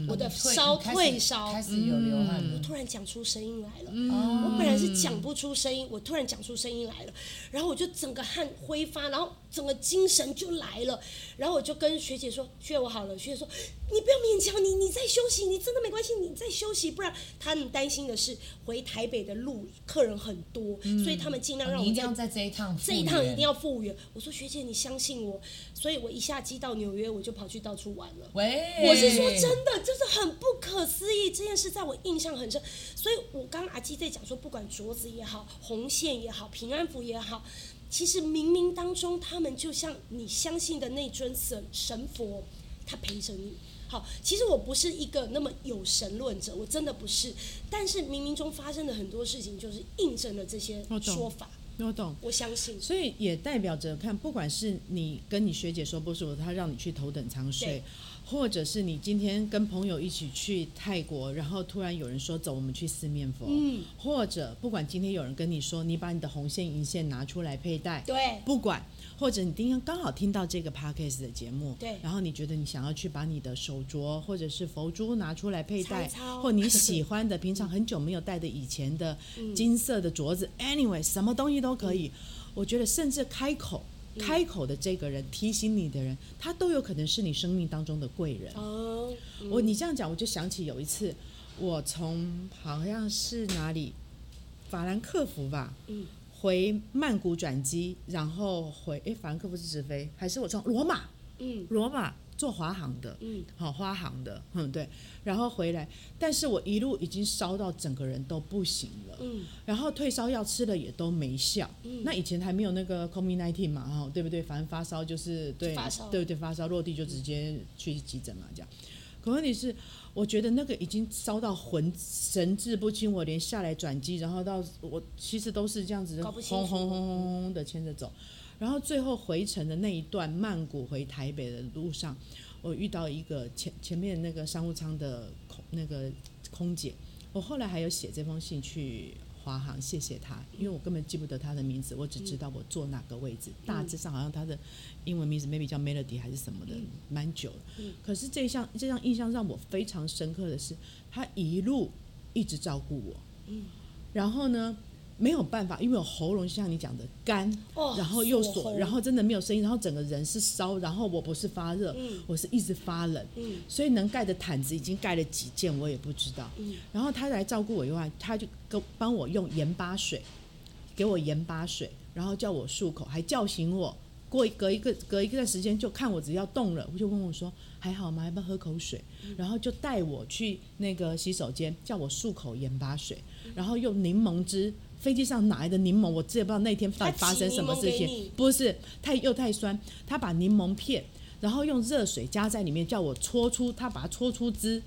Speaker 2: 我的
Speaker 3: 你嗯退
Speaker 2: 烧
Speaker 3: 你开始
Speaker 2: 退烧，嗯
Speaker 3: 开始有流汗
Speaker 2: 我
Speaker 3: 了，
Speaker 2: 突然讲出声音来了。
Speaker 3: 哦
Speaker 2: 我本来是讲不出声音，我突然讲出声音来了，然后我就整个汗挥发，然后整个精神就来了，然后我就跟学姐说：“学姐我好了。”学姐说：“你不要勉强你，你再休息，你真的没关系，你再休息，不然他们担心的是回台北的路客人很多，所以他们尽量让
Speaker 3: 嗯啊你
Speaker 2: 我
Speaker 3: 一
Speaker 2: 在
Speaker 3: 定要在这一趟复
Speaker 2: 这
Speaker 3: 原，
Speaker 2: 一趟一定要复原。”我说：“学姐，你相信我。”所以，我一下机到纽约，我就跑去到处玩了。
Speaker 3: 喂，
Speaker 2: 我是说真的，就是很不可思议，这件事在我印象很深。所以我刚刚阿基在讲说，不管镯子也好，红线也好，平安符也好，其实冥冥当中，他们就像你相信的那尊神神佛，他陪着你。好，其实我不是一个那么有神论者，我真的不是。但是冥冥中发生的很多事情，就是印证了这些
Speaker 5: 我懂
Speaker 2: 说法。
Speaker 5: 我懂。
Speaker 2: 我相信，
Speaker 5: 所以也代表着看，不管是你跟你学姐说不舒服，她让你去头等舱睡
Speaker 2: 对，
Speaker 5: 或者是你今天跟朋友一起去泰国，然后突然有人说走，我们去四面佛，
Speaker 2: 嗯，
Speaker 5: 或者不管今天有人跟你说，你把你的红线银线拿出来佩戴，
Speaker 2: 对
Speaker 5: 不管，或者你今天刚好听到这个 podcast 的节目，
Speaker 2: 对
Speaker 5: 然后你觉得你想要去把你的手镯或者是佛珠拿出来佩戴，
Speaker 2: 曹操
Speaker 5: 或你喜欢的平常很久没有戴的以 前的
Speaker 2: 嗯
Speaker 5: 金色的镯子、a n y w a y 什么东西都可以。我觉得甚至开口。
Speaker 2: 嗯
Speaker 5: 开口的这个人提醒你的人，他都有可能是你生命当中的贵人。
Speaker 2: 哦，嗯
Speaker 5: 我你这样讲，我就想起有一次，我从好像是哪里，法兰克福吧，
Speaker 2: 嗯
Speaker 5: 回曼谷转机，然后回诶，法兰克福是直飞，还是我从罗马？
Speaker 2: 嗯
Speaker 5: 罗马坐华航的，
Speaker 2: 嗯，
Speaker 5: 好、花航的，嗯对，然后回来，但是我一路已经烧到整个人都不行了，
Speaker 2: 嗯，
Speaker 5: 然后退烧药吃了也都没效，嗯，那以前还没有那个 COVID nineteen 嘛，哈、对不对？反正发烧就是对，
Speaker 2: 发烧
Speaker 5: 对对发烧落地就直接去急诊嘛，这样。可问题是，我觉得那个已经烧到魂神志不清，我连下来转机，然后到我其实都是这样子，
Speaker 2: 搞
Speaker 5: 轰
Speaker 2: 不清楚
Speaker 5: 轰轰轰轰轰的牵着走，然后最后回程的那一段曼谷回台北的路上，我遇到一个前前面那个商务舱的空那个空姐，我后来还有写这封信去华航，谢谢她，因为我根本记不得她的名字，我只知道我坐哪个位置，
Speaker 2: 嗯
Speaker 5: 大致上好像她的英文名字 maybe 叫 Melody 还是什么的，蛮久了。可是这一项这项印象让我非常深刻的是，她一路一直照顾我，然后呢。没有办法，因为我喉咙像你讲的干，
Speaker 2: 哦
Speaker 5: 然后又
Speaker 2: 锁
Speaker 5: 锁，
Speaker 2: 喉
Speaker 5: 然后真的没有声音，然后整个人是烧，然后我不是发热，我是一直发冷，
Speaker 2: 嗯
Speaker 5: 所以能盖的毯子已经盖了几件，我也不知道。
Speaker 2: 嗯
Speaker 5: 然后他来照顾我以外，他就跟帮我用盐巴水，给我盐巴水，然后叫我漱口，还叫醒我。过一隔一个隔一段时间就看我只要动了，我就问我说还好吗？要不要喝口水？
Speaker 2: 嗯
Speaker 5: 然后就带我去那个洗手间，叫我漱口盐巴水，然后用柠檬汁。飞机上哪来的柠檬？我真的不知道那天到底发生什么事
Speaker 2: 他挤柠檬给
Speaker 5: 情
Speaker 2: 你。
Speaker 5: 不是太又太酸，他把柠檬片，然后用热水加在里面，叫我搓出，他把它搓出汁，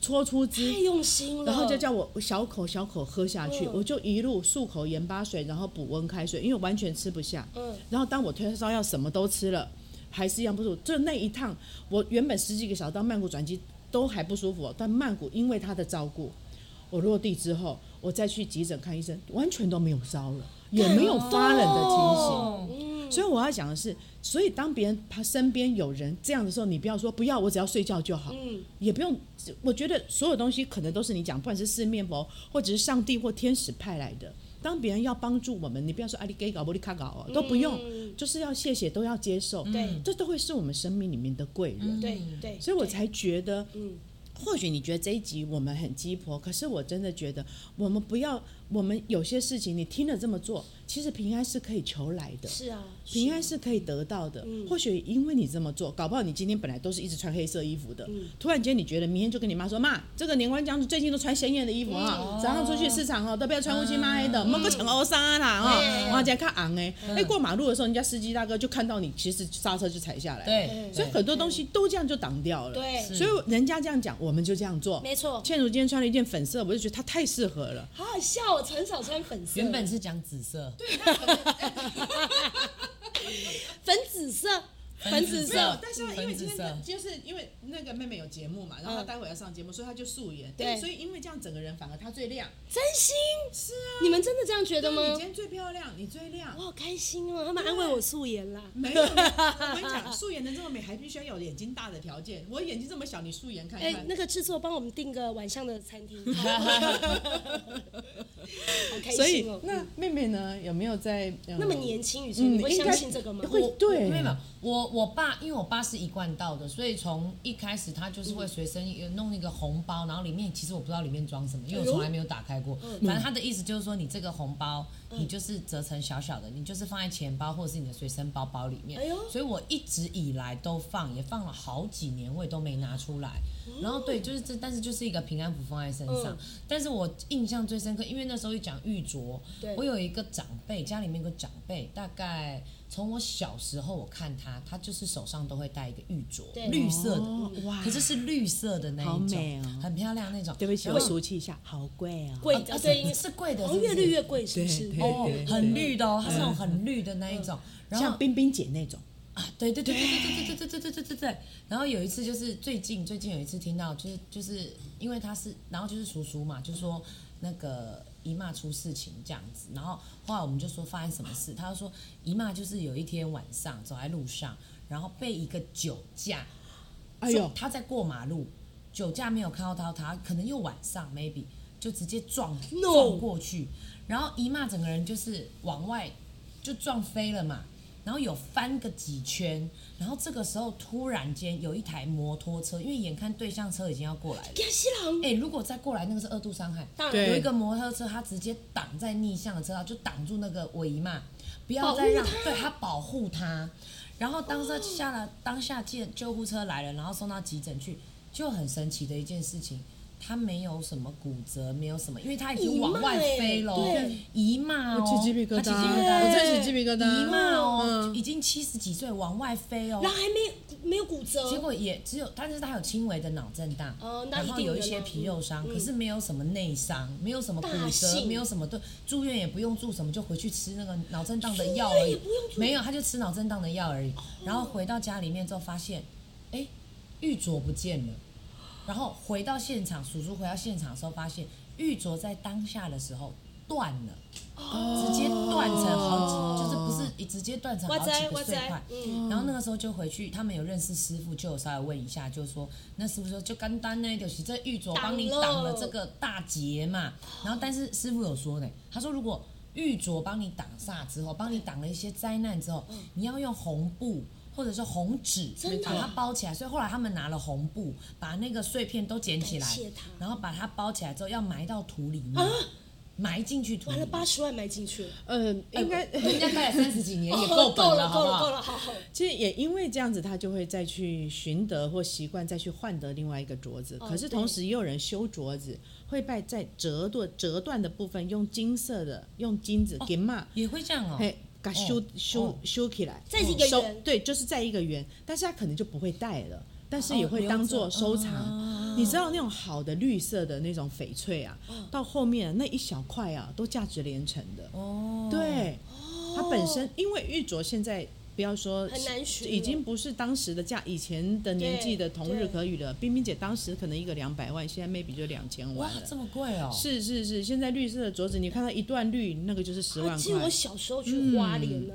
Speaker 5: 搓出汁
Speaker 2: 太，用心了。
Speaker 5: 然后就叫我小口小口喝下去，
Speaker 2: 嗯
Speaker 5: 我就一路漱口盐巴水，然后补温开水，因为我完全吃不下。
Speaker 2: 嗯
Speaker 5: 然后当我退烧药什么都吃了，还是一样不舒服。就那一趟，我原本十几个小时到曼谷转机都还不舒服哦，但曼谷因为他的照顾，我落地之后，我再去急诊看医生，完全都没有烧了，也没有发冷的情形。
Speaker 3: 哦
Speaker 2: 哎嗯，
Speaker 5: 所以我要讲的是，所以当别人他身边有人这样的时候，你不要说不要，我只要睡觉就好，
Speaker 2: 嗯
Speaker 5: 也不用。我觉得所有东西可能都是你讲，不管是四面佛，或者是上帝或天使派来的。当别人要帮助我们，你不要说阿里给搞不里卡搞哦，都不用，
Speaker 2: 嗯
Speaker 5: 就是要谢谢，都要接受，
Speaker 2: 对嗯
Speaker 5: 这都会是我们生命里面的贵人。
Speaker 2: 对对，
Speaker 5: 嗯所以我
Speaker 2: 对
Speaker 5: 才觉得，
Speaker 2: 嗯
Speaker 5: 或许你觉得这一集我们很鸡婆，可是我真的觉得我们不要，我们有些事情你听了这么做，其实平安是可以求来的。
Speaker 2: 是嗯啊，
Speaker 5: 平安
Speaker 2: 是
Speaker 5: 是可以得到的，或许因为你这么做，搞不好你今天本来都是一直穿黑色衣服的，
Speaker 2: 嗯
Speaker 5: 突然间你觉得明天就跟你妈说，妈，这个年关将至，最近都穿鲜艳的衣服啊，
Speaker 2: 嗯
Speaker 5: 早上出去市场哦，都不要穿乌漆嘛黑的，莫个穿欧衫啦哈，
Speaker 2: 嗯
Speaker 5: 然后再看昂哎，哎过马路的时候，人家司机大哥就看到你，其实刹车就踩下来，，
Speaker 3: 对，
Speaker 5: 所以很多东西都这样就挡掉了，
Speaker 2: 对是
Speaker 5: 所以人家这样讲，我们就这样做，
Speaker 2: 没错
Speaker 5: 倩如今天穿了一件粉色，我就觉得她太适合 了。
Speaker 2: 好好笑，我很少穿粉色，
Speaker 3: 原本是讲紫色，
Speaker 2: 粉紫色。粉紫
Speaker 5: 没有
Speaker 2: 色，
Speaker 5: 但是因为今天的
Speaker 3: 粉
Speaker 5: 就是因为那个妹妹有节目嘛，然后她待会要上节目，所以她就素颜。
Speaker 2: 对
Speaker 5: 哎所以因为这样整个人反而她最亮。
Speaker 2: 真心，
Speaker 5: 是啊，
Speaker 2: 你们真的这样觉得
Speaker 5: 你今
Speaker 2: 吗？
Speaker 5: 天最漂亮，你最亮
Speaker 2: 我。好开心哦，他们安慰我素颜啦。
Speaker 5: 没有，我跟你讲，素颜能这么美，还必须要有眼睛大的条件。我眼睛这么小，你素颜看
Speaker 2: 哎、
Speaker 5: 一看。
Speaker 2: 那个制作帮我们订个晚上的餐 厅，好开
Speaker 5: 所以
Speaker 2: 心哦。
Speaker 5: 那妹妹呢，有没有在呃
Speaker 2: 那么年轻，雨辰，你会
Speaker 5: 应该
Speaker 2: 相信这个吗？
Speaker 5: 会
Speaker 3: 我
Speaker 5: 对
Speaker 3: 我没有没有，我我爸因为我爸是一贯道的，所以从一开始他就是
Speaker 2: 嗯
Speaker 3: 会随身有弄一个红包，然后里面其实我不知道里面装什么，因
Speaker 2: 哎
Speaker 3: 为我从来没有打开
Speaker 2: 嗯
Speaker 3: 过。反正他的意思就是说，你这个红包你就是折成小小的，你就是放在钱包或者是你的随身包包里面
Speaker 2: 哎呦。
Speaker 3: 所以我一直以来都放，也放了好几年，我也都没拿出来。然后对，就是这，但是就是一个平安符放在身上
Speaker 2: 嗯。
Speaker 3: 但是我印象最深刻，因为那时候一讲玉镯，
Speaker 2: 对
Speaker 3: 我有一个长辈，家里面有个长辈，大概从我小时候我看他，他就是手上都会戴一个玉镯
Speaker 2: 对，
Speaker 3: 绿色的，
Speaker 5: 哦哇
Speaker 3: 可是是绿色的那
Speaker 5: 好
Speaker 3: 一
Speaker 5: 美
Speaker 3: 种，
Speaker 5: 哦
Speaker 3: 很漂亮那种。
Speaker 5: 对不起，哦
Speaker 3: 然
Speaker 5: 我
Speaker 3: 后
Speaker 5: 俗气一下，好贵哦。
Speaker 2: 贵
Speaker 3: 啊
Speaker 2: 的，
Speaker 3: 啊
Speaker 2: 对，因为
Speaker 3: 是贵的，
Speaker 2: 好
Speaker 3: 是
Speaker 2: 像越
Speaker 3: 不是
Speaker 2: 绿越贵，是
Speaker 5: 对
Speaker 2: 不是？
Speaker 5: 对
Speaker 3: 哦
Speaker 5: 对，嗯
Speaker 3: 很绿的哦，它是那种很绿的那一
Speaker 2: 嗯
Speaker 3: 种。然后
Speaker 5: 像冰冰姐那种，
Speaker 3: 啊，对对对对对对对对对对对对对。然后有一次就是最近最近有一次听到，就是就是因为他是，然后就是叔叔嘛，就说那个姨妈出事情这样子。然后后来我们就说发生什么事，他就说姨妈就是有一天晚上走在路上，然后被一个酒驾，
Speaker 5: 哎呦，
Speaker 3: 他在过马路，酒驾没有看到他，他可能又晚上 maybe 就直接撞
Speaker 2: No
Speaker 3: 撞过去，然后姨妈整个人就是往外就撞飞了嘛，然后有翻个几圈，然后这个时候突然间有一台摩托车，因为眼看对向车已经要过来了，
Speaker 2: 亚西郎，
Speaker 3: 哎、如果再过来那个是二度伤害，
Speaker 2: 当
Speaker 5: 对
Speaker 2: 然
Speaker 3: 有一个摩托车，它直接挡在逆向的车道，就挡住那个我姨妈，不要再让
Speaker 2: 保护她
Speaker 3: 对她保护她。然后当时下了、当下见救护车来了，然后送到急诊去，就很神奇的一件事情，她没有什么骨折，没有什么，因为她已经
Speaker 2: 姨妈
Speaker 3: 往外飞了
Speaker 2: 欸对，
Speaker 3: 姨妈哦，
Speaker 5: 我起鸡皮疙瘩
Speaker 3: 她起鸡皮疙瘩
Speaker 5: 我真的起鸡皮疙瘩
Speaker 3: 姨妈哦，
Speaker 5: 嗯
Speaker 3: 已经七十几岁往外飞哦
Speaker 2: 然，后还没有没有骨折，
Speaker 3: 结果也只有，但是他有轻微的脑震荡，
Speaker 2: 哦那
Speaker 3: 然
Speaker 2: 一
Speaker 3: 后
Speaker 2: 定
Speaker 3: 有
Speaker 2: 的
Speaker 3: 一些
Speaker 2: 啦
Speaker 3: 皮肉伤，
Speaker 2: 嗯
Speaker 3: 可是没有什么内伤，没有什么骨
Speaker 2: 大
Speaker 3: 折，
Speaker 2: 幸
Speaker 3: 没有什么对，住院也不用住什么，就回去吃那个脑震荡的药
Speaker 2: 住院
Speaker 3: 而
Speaker 2: 也
Speaker 3: 已
Speaker 2: 不用，住
Speaker 3: 没有，他就吃脑震荡的药而已。然后回到家里面之后发现，哎，玉镯不见了。然后回到现场，叔叔回到现场的时候发现，玉镯在当下的时候断了，直接断成好几，就是不是直接断成好
Speaker 2: 哦哇
Speaker 3: 几
Speaker 2: 塞
Speaker 3: 个
Speaker 2: 哇
Speaker 3: 碎
Speaker 2: 塞
Speaker 3: 块。，
Speaker 2: 嗯，
Speaker 3: 然后那个时候就回去，他们有认识师傅，就有稍微问一下，就说那师傅说就干单呢，就是这玉镯帮你挡了这个大劫嘛。然后但是师傅有说呢，他说如果玉镯帮你挡煞之后，帮你挡了一些灾难之后，你要用红布。或者是红纸
Speaker 2: 嗯真的
Speaker 3: 把它包起来，所以后来他们拿了红布，把那个碎片都捡起来
Speaker 2: 感谢他，啊
Speaker 3: 然后把它包起来之后，要埋到土里面，埋进去土
Speaker 2: 完
Speaker 3: 里
Speaker 2: 了
Speaker 5: 嗯
Speaker 3: 面。
Speaker 2: 八十万买进去了，
Speaker 5: 呃，
Speaker 3: 哎
Speaker 5: 应该
Speaker 3: 人家戴了三十几年也
Speaker 2: 哦
Speaker 3: 够本
Speaker 2: 够了，
Speaker 3: 好
Speaker 2: 够了，
Speaker 3: 不
Speaker 2: 够
Speaker 3: 好？
Speaker 2: 了，好好。
Speaker 5: 其实也因为这样子，他就会再去寻得或习惯再去换得另外一个镯子。
Speaker 2: 哦
Speaker 5: 可是同时也有人修镯子，会拜在折断折断的部分用金色的用金子
Speaker 3: 哦
Speaker 5: 给嘛，
Speaker 3: 也会这样哦。
Speaker 5: 嘿，给修
Speaker 3: 哦
Speaker 5: 修
Speaker 3: 哦
Speaker 5: 修起来，哦
Speaker 2: 再一个圆
Speaker 5: 收对，就是在一个圆，但是他可能就不会戴了，但是
Speaker 2: 哦
Speaker 5: 也会当做收藏。
Speaker 2: 啊
Speaker 5: 你知道那种好的绿色的那种翡翠啊，
Speaker 2: 哦
Speaker 5: 到后面那一小块啊，都价值连城的。
Speaker 3: 哦，
Speaker 5: 对，它本身因为玉镯现在不要说
Speaker 2: 哦很难寻
Speaker 5: 已经不是当时的价，以前的年纪的
Speaker 2: 对
Speaker 5: 同日可语了。冰冰姐当时可能一个两百万，现在 maybe 就两千
Speaker 3: 哇
Speaker 5: 万，了
Speaker 3: 这。么贵哦！
Speaker 5: 是是是，现在绿色的镯子，你看到一段绿，那个就是十
Speaker 2: 啊
Speaker 5: 万
Speaker 2: 记得我
Speaker 5: 块。嗯
Speaker 2: 小时候去花莲呢、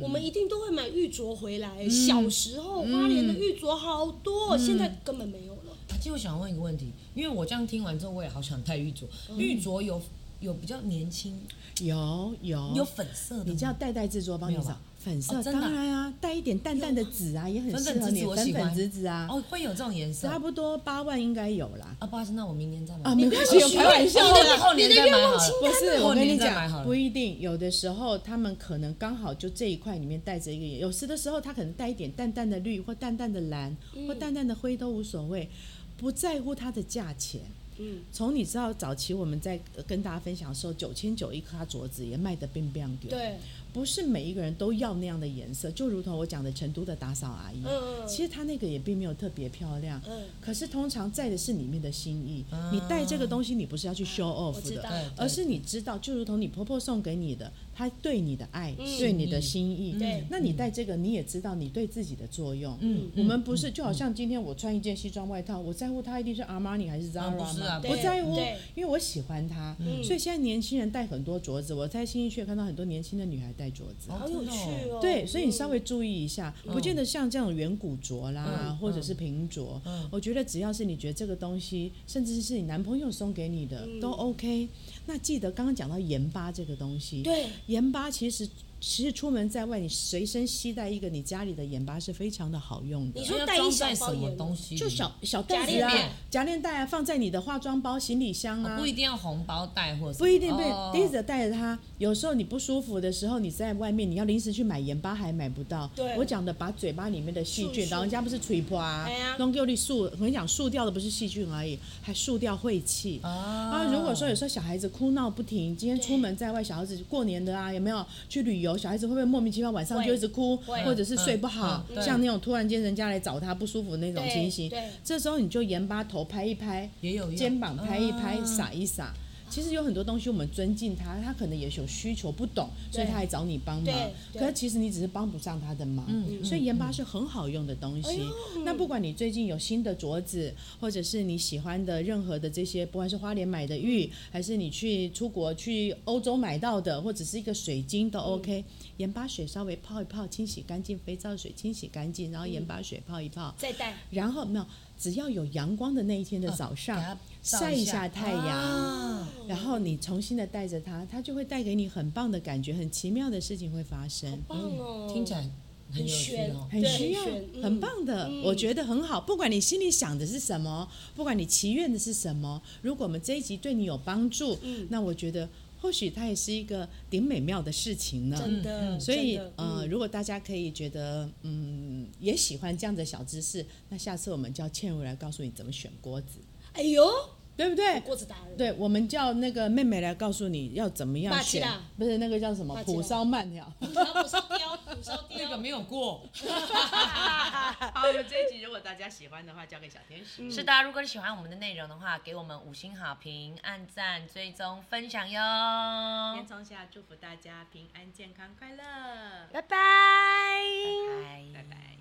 Speaker 2: 我们一定都会买玉镯回来、小时候
Speaker 5: 嗯
Speaker 2: 花莲的玉镯好多、现在根本没有了。
Speaker 3: 啊，其实我想问一个问题，因为我这样听完之后，我也好想戴玉镯。玉镯有有比较年轻，
Speaker 5: 有有
Speaker 3: 有粉色的
Speaker 5: 你
Speaker 3: 吗，
Speaker 5: 叫戴戴制作帮
Speaker 3: 没
Speaker 5: 你
Speaker 3: 有
Speaker 5: 找
Speaker 3: 吧
Speaker 5: 粉色，
Speaker 3: 哦真的啊
Speaker 5: 当然啊，带一点淡淡的紫啊，也很
Speaker 3: 粉
Speaker 5: 适
Speaker 3: 粉
Speaker 5: 合
Speaker 3: 紫
Speaker 5: 你
Speaker 3: 紫，我
Speaker 5: 粉
Speaker 3: 喜
Speaker 5: 粉
Speaker 3: 欢
Speaker 5: 紫紫啊，
Speaker 3: 哦，会有这种颜色
Speaker 5: 差
Speaker 3: 啊？哦
Speaker 5: 不多八万应该有啦。
Speaker 3: 不好意思，那我明年再买。
Speaker 5: 啊，没
Speaker 2: 不要
Speaker 5: 关
Speaker 2: 许
Speaker 5: 系，我
Speaker 2: 愿
Speaker 5: 开玩笑
Speaker 3: 你
Speaker 5: 的
Speaker 3: 的。后年再买好了。
Speaker 5: 不是，我
Speaker 3: 后
Speaker 5: 跟
Speaker 3: 年
Speaker 5: 你
Speaker 3: 再买
Speaker 5: 讲，
Speaker 3: 好了
Speaker 5: 不。一定。有的时候他们可能刚好就这一块里面带着一个颜，有时的时候他可能带一点淡淡的绿或淡淡的蓝、
Speaker 3: 嗯
Speaker 5: 或淡淡的灰都无所谓，不在乎它的价钱。
Speaker 2: 嗯，
Speaker 5: 从你知道早期我们在呃跟大家分享的时候，九千九一颗镯子也卖得冰冰丢。
Speaker 2: 对，
Speaker 5: 不是每一个人都要那样的颜色，就如同我讲的成都的打扫阿姨，
Speaker 2: 嗯
Speaker 5: 其实她那个也并没有特别漂亮，
Speaker 2: 嗯，
Speaker 5: 可是通常在的是里面的心意。
Speaker 3: 啊
Speaker 5: 你带这个东西，你不是要去 show
Speaker 2: 啊我
Speaker 5: off
Speaker 2: 知
Speaker 5: 的，
Speaker 2: 道，
Speaker 3: 对
Speaker 5: 而是你知道，就如同你婆婆送给你的，她对你的爱，
Speaker 2: 嗯
Speaker 5: 对你的心意。
Speaker 2: 对嗯
Speaker 5: 那你带这个，你也知道你对自己的作用。
Speaker 3: 嗯
Speaker 5: 我们不是就好像今天我穿一件西装外套，我在乎它一定是 Armani 还是 Zara
Speaker 3: 啊不
Speaker 5: 吗？
Speaker 3: 是啊
Speaker 2: 对
Speaker 5: 我在乎
Speaker 2: 对，
Speaker 5: 因为我喜欢它。
Speaker 2: 嗯
Speaker 5: 所以现在年轻人戴很多镯子，我在新一区也看到很多年轻的女孩戴镯子。
Speaker 3: 哦
Speaker 2: 好有趣哦。
Speaker 5: 对，所以你
Speaker 2: 嗯
Speaker 5: 稍微注意一下，不见得像这种圆骨镯啦，
Speaker 3: 嗯
Speaker 5: 或者是平镯。
Speaker 3: 嗯
Speaker 5: 我觉得只要是你觉得这个东西，甚至是你男朋友送给你的，
Speaker 2: 嗯
Speaker 5: 都 OK。那记得刚刚讲到盐巴这个东西，
Speaker 2: 对，
Speaker 5: 盐巴其实其实出门在外，你随身携带一个你家里的盐巴是非常的好用的
Speaker 2: 你。
Speaker 3: 要
Speaker 2: 说带一
Speaker 3: 装
Speaker 2: 小
Speaker 3: 在
Speaker 2: 包
Speaker 3: 什么
Speaker 2: 盐，
Speaker 3: 东西里？
Speaker 5: 就小小袋
Speaker 2: 夹
Speaker 5: 子
Speaker 2: 链
Speaker 5: 啊
Speaker 2: 袋，
Speaker 5: 夹链袋啊，放在你的化妆包、行李箱
Speaker 3: 哦
Speaker 5: 啊，
Speaker 3: 不一定要红包袋或者什么
Speaker 5: 不一定被
Speaker 3: 哦
Speaker 5: 低着带着它。有时候你不舒服的时候，你在外面你要临时去买盐巴还买不到。
Speaker 2: 对
Speaker 5: 我讲的把嘴巴里面的细
Speaker 2: 漱
Speaker 5: 菌，
Speaker 2: 一漱
Speaker 5: 老人家不是吹破啊
Speaker 2: 哎呀，
Speaker 5: 弄丢你漱，我跟你讲，漱掉的不是细菌而已，还漱掉晦气。
Speaker 3: 啊
Speaker 5: 啊，如果说有时候小孩子哭闹不停，今天
Speaker 2: 对
Speaker 5: 出门在外，小孩子过年的啊，有没有去旅游？小孩子会不会莫名其妙晚上
Speaker 2: 会
Speaker 5: 就一直哭
Speaker 2: 会，
Speaker 5: 或者是睡不好
Speaker 3: 嗯嗯？对
Speaker 5: 像那种突然间人家来找他不舒服那种
Speaker 2: 对
Speaker 5: 情形，
Speaker 2: 对
Speaker 5: 这时候你就盐巴头拍一拍，
Speaker 3: 也有用
Speaker 5: 肩膀拍一拍，
Speaker 3: 啊
Speaker 5: 撒一撒。其实有很多东西我们尊敬他，他可能也是有需求不懂，所以
Speaker 2: 对
Speaker 5: 他来找你帮忙
Speaker 2: 对。对
Speaker 5: 可是其实你只是帮不上他的忙，
Speaker 3: 嗯哎
Speaker 5: 所以盐巴是很好用的东
Speaker 2: 哎
Speaker 5: 西。那不管你最近有新的镯子，或者是你喜欢的任何的这些，不管是花莲买的玉，还是你去出国去欧洲买到的，或者是一个水晶
Speaker 3: 嗯
Speaker 5: 都 OK。盐巴水稍微泡一泡，清洗干净，肥皂水清洗干净，然后
Speaker 3: 嗯
Speaker 5: 盐巴水泡一泡，
Speaker 2: 再带，
Speaker 5: 然后没有，只要有阳光的那一天的早上，
Speaker 3: 哦给它照
Speaker 5: 晒一
Speaker 3: 一下
Speaker 5: 下太阳，
Speaker 3: 啊
Speaker 2: 哦
Speaker 5: 然后你重新的带着它，它就会带给你很棒的感觉，很奇妙的事情会发生，
Speaker 2: 棒哦，
Speaker 3: 听起来很有趣
Speaker 2: 很
Speaker 3: 哦。
Speaker 2: 对
Speaker 5: 很需要
Speaker 2: 很炫，嗯
Speaker 5: 很棒的，
Speaker 2: 嗯
Speaker 5: 我觉得很好。不管你心里想的是什么，不管你祈愿的是什么，如果我们这一集对你有帮助，
Speaker 2: 嗯
Speaker 5: 那我觉得或许它也是一个顶美妙的事情呢。
Speaker 2: 真的，
Speaker 5: 所以
Speaker 2: 真的，
Speaker 5: 呃，
Speaker 2: 嗯
Speaker 5: 如果大家可以觉得，嗯，也喜欢这样的小知识，那下次我们叫倩茹来告诉你怎么选锅子，
Speaker 2: 哎呦，
Speaker 5: 对不对？
Speaker 2: 锅子达人，
Speaker 5: 对，我们叫那个妹妹来告诉你要怎么样
Speaker 2: 巴基
Speaker 5: 选
Speaker 2: 拉，
Speaker 5: 不是那个叫什么
Speaker 2: 巴基拉
Speaker 5: 蒲烧慢条。
Speaker 2: 然后火烧雕，火烧雕，
Speaker 3: 那个没有过，
Speaker 5: 好，我们这一集如果大家喜欢的话，交给小天使。
Speaker 4: 是的，如果你喜欢我们的内容的话，给我们五星好评、按赞、追踪、分享哟
Speaker 3: 嗯
Speaker 1: 烟。囱下祝福大家平安、健康、快乐，
Speaker 4: 拜拜。拜拜
Speaker 1: 拜拜。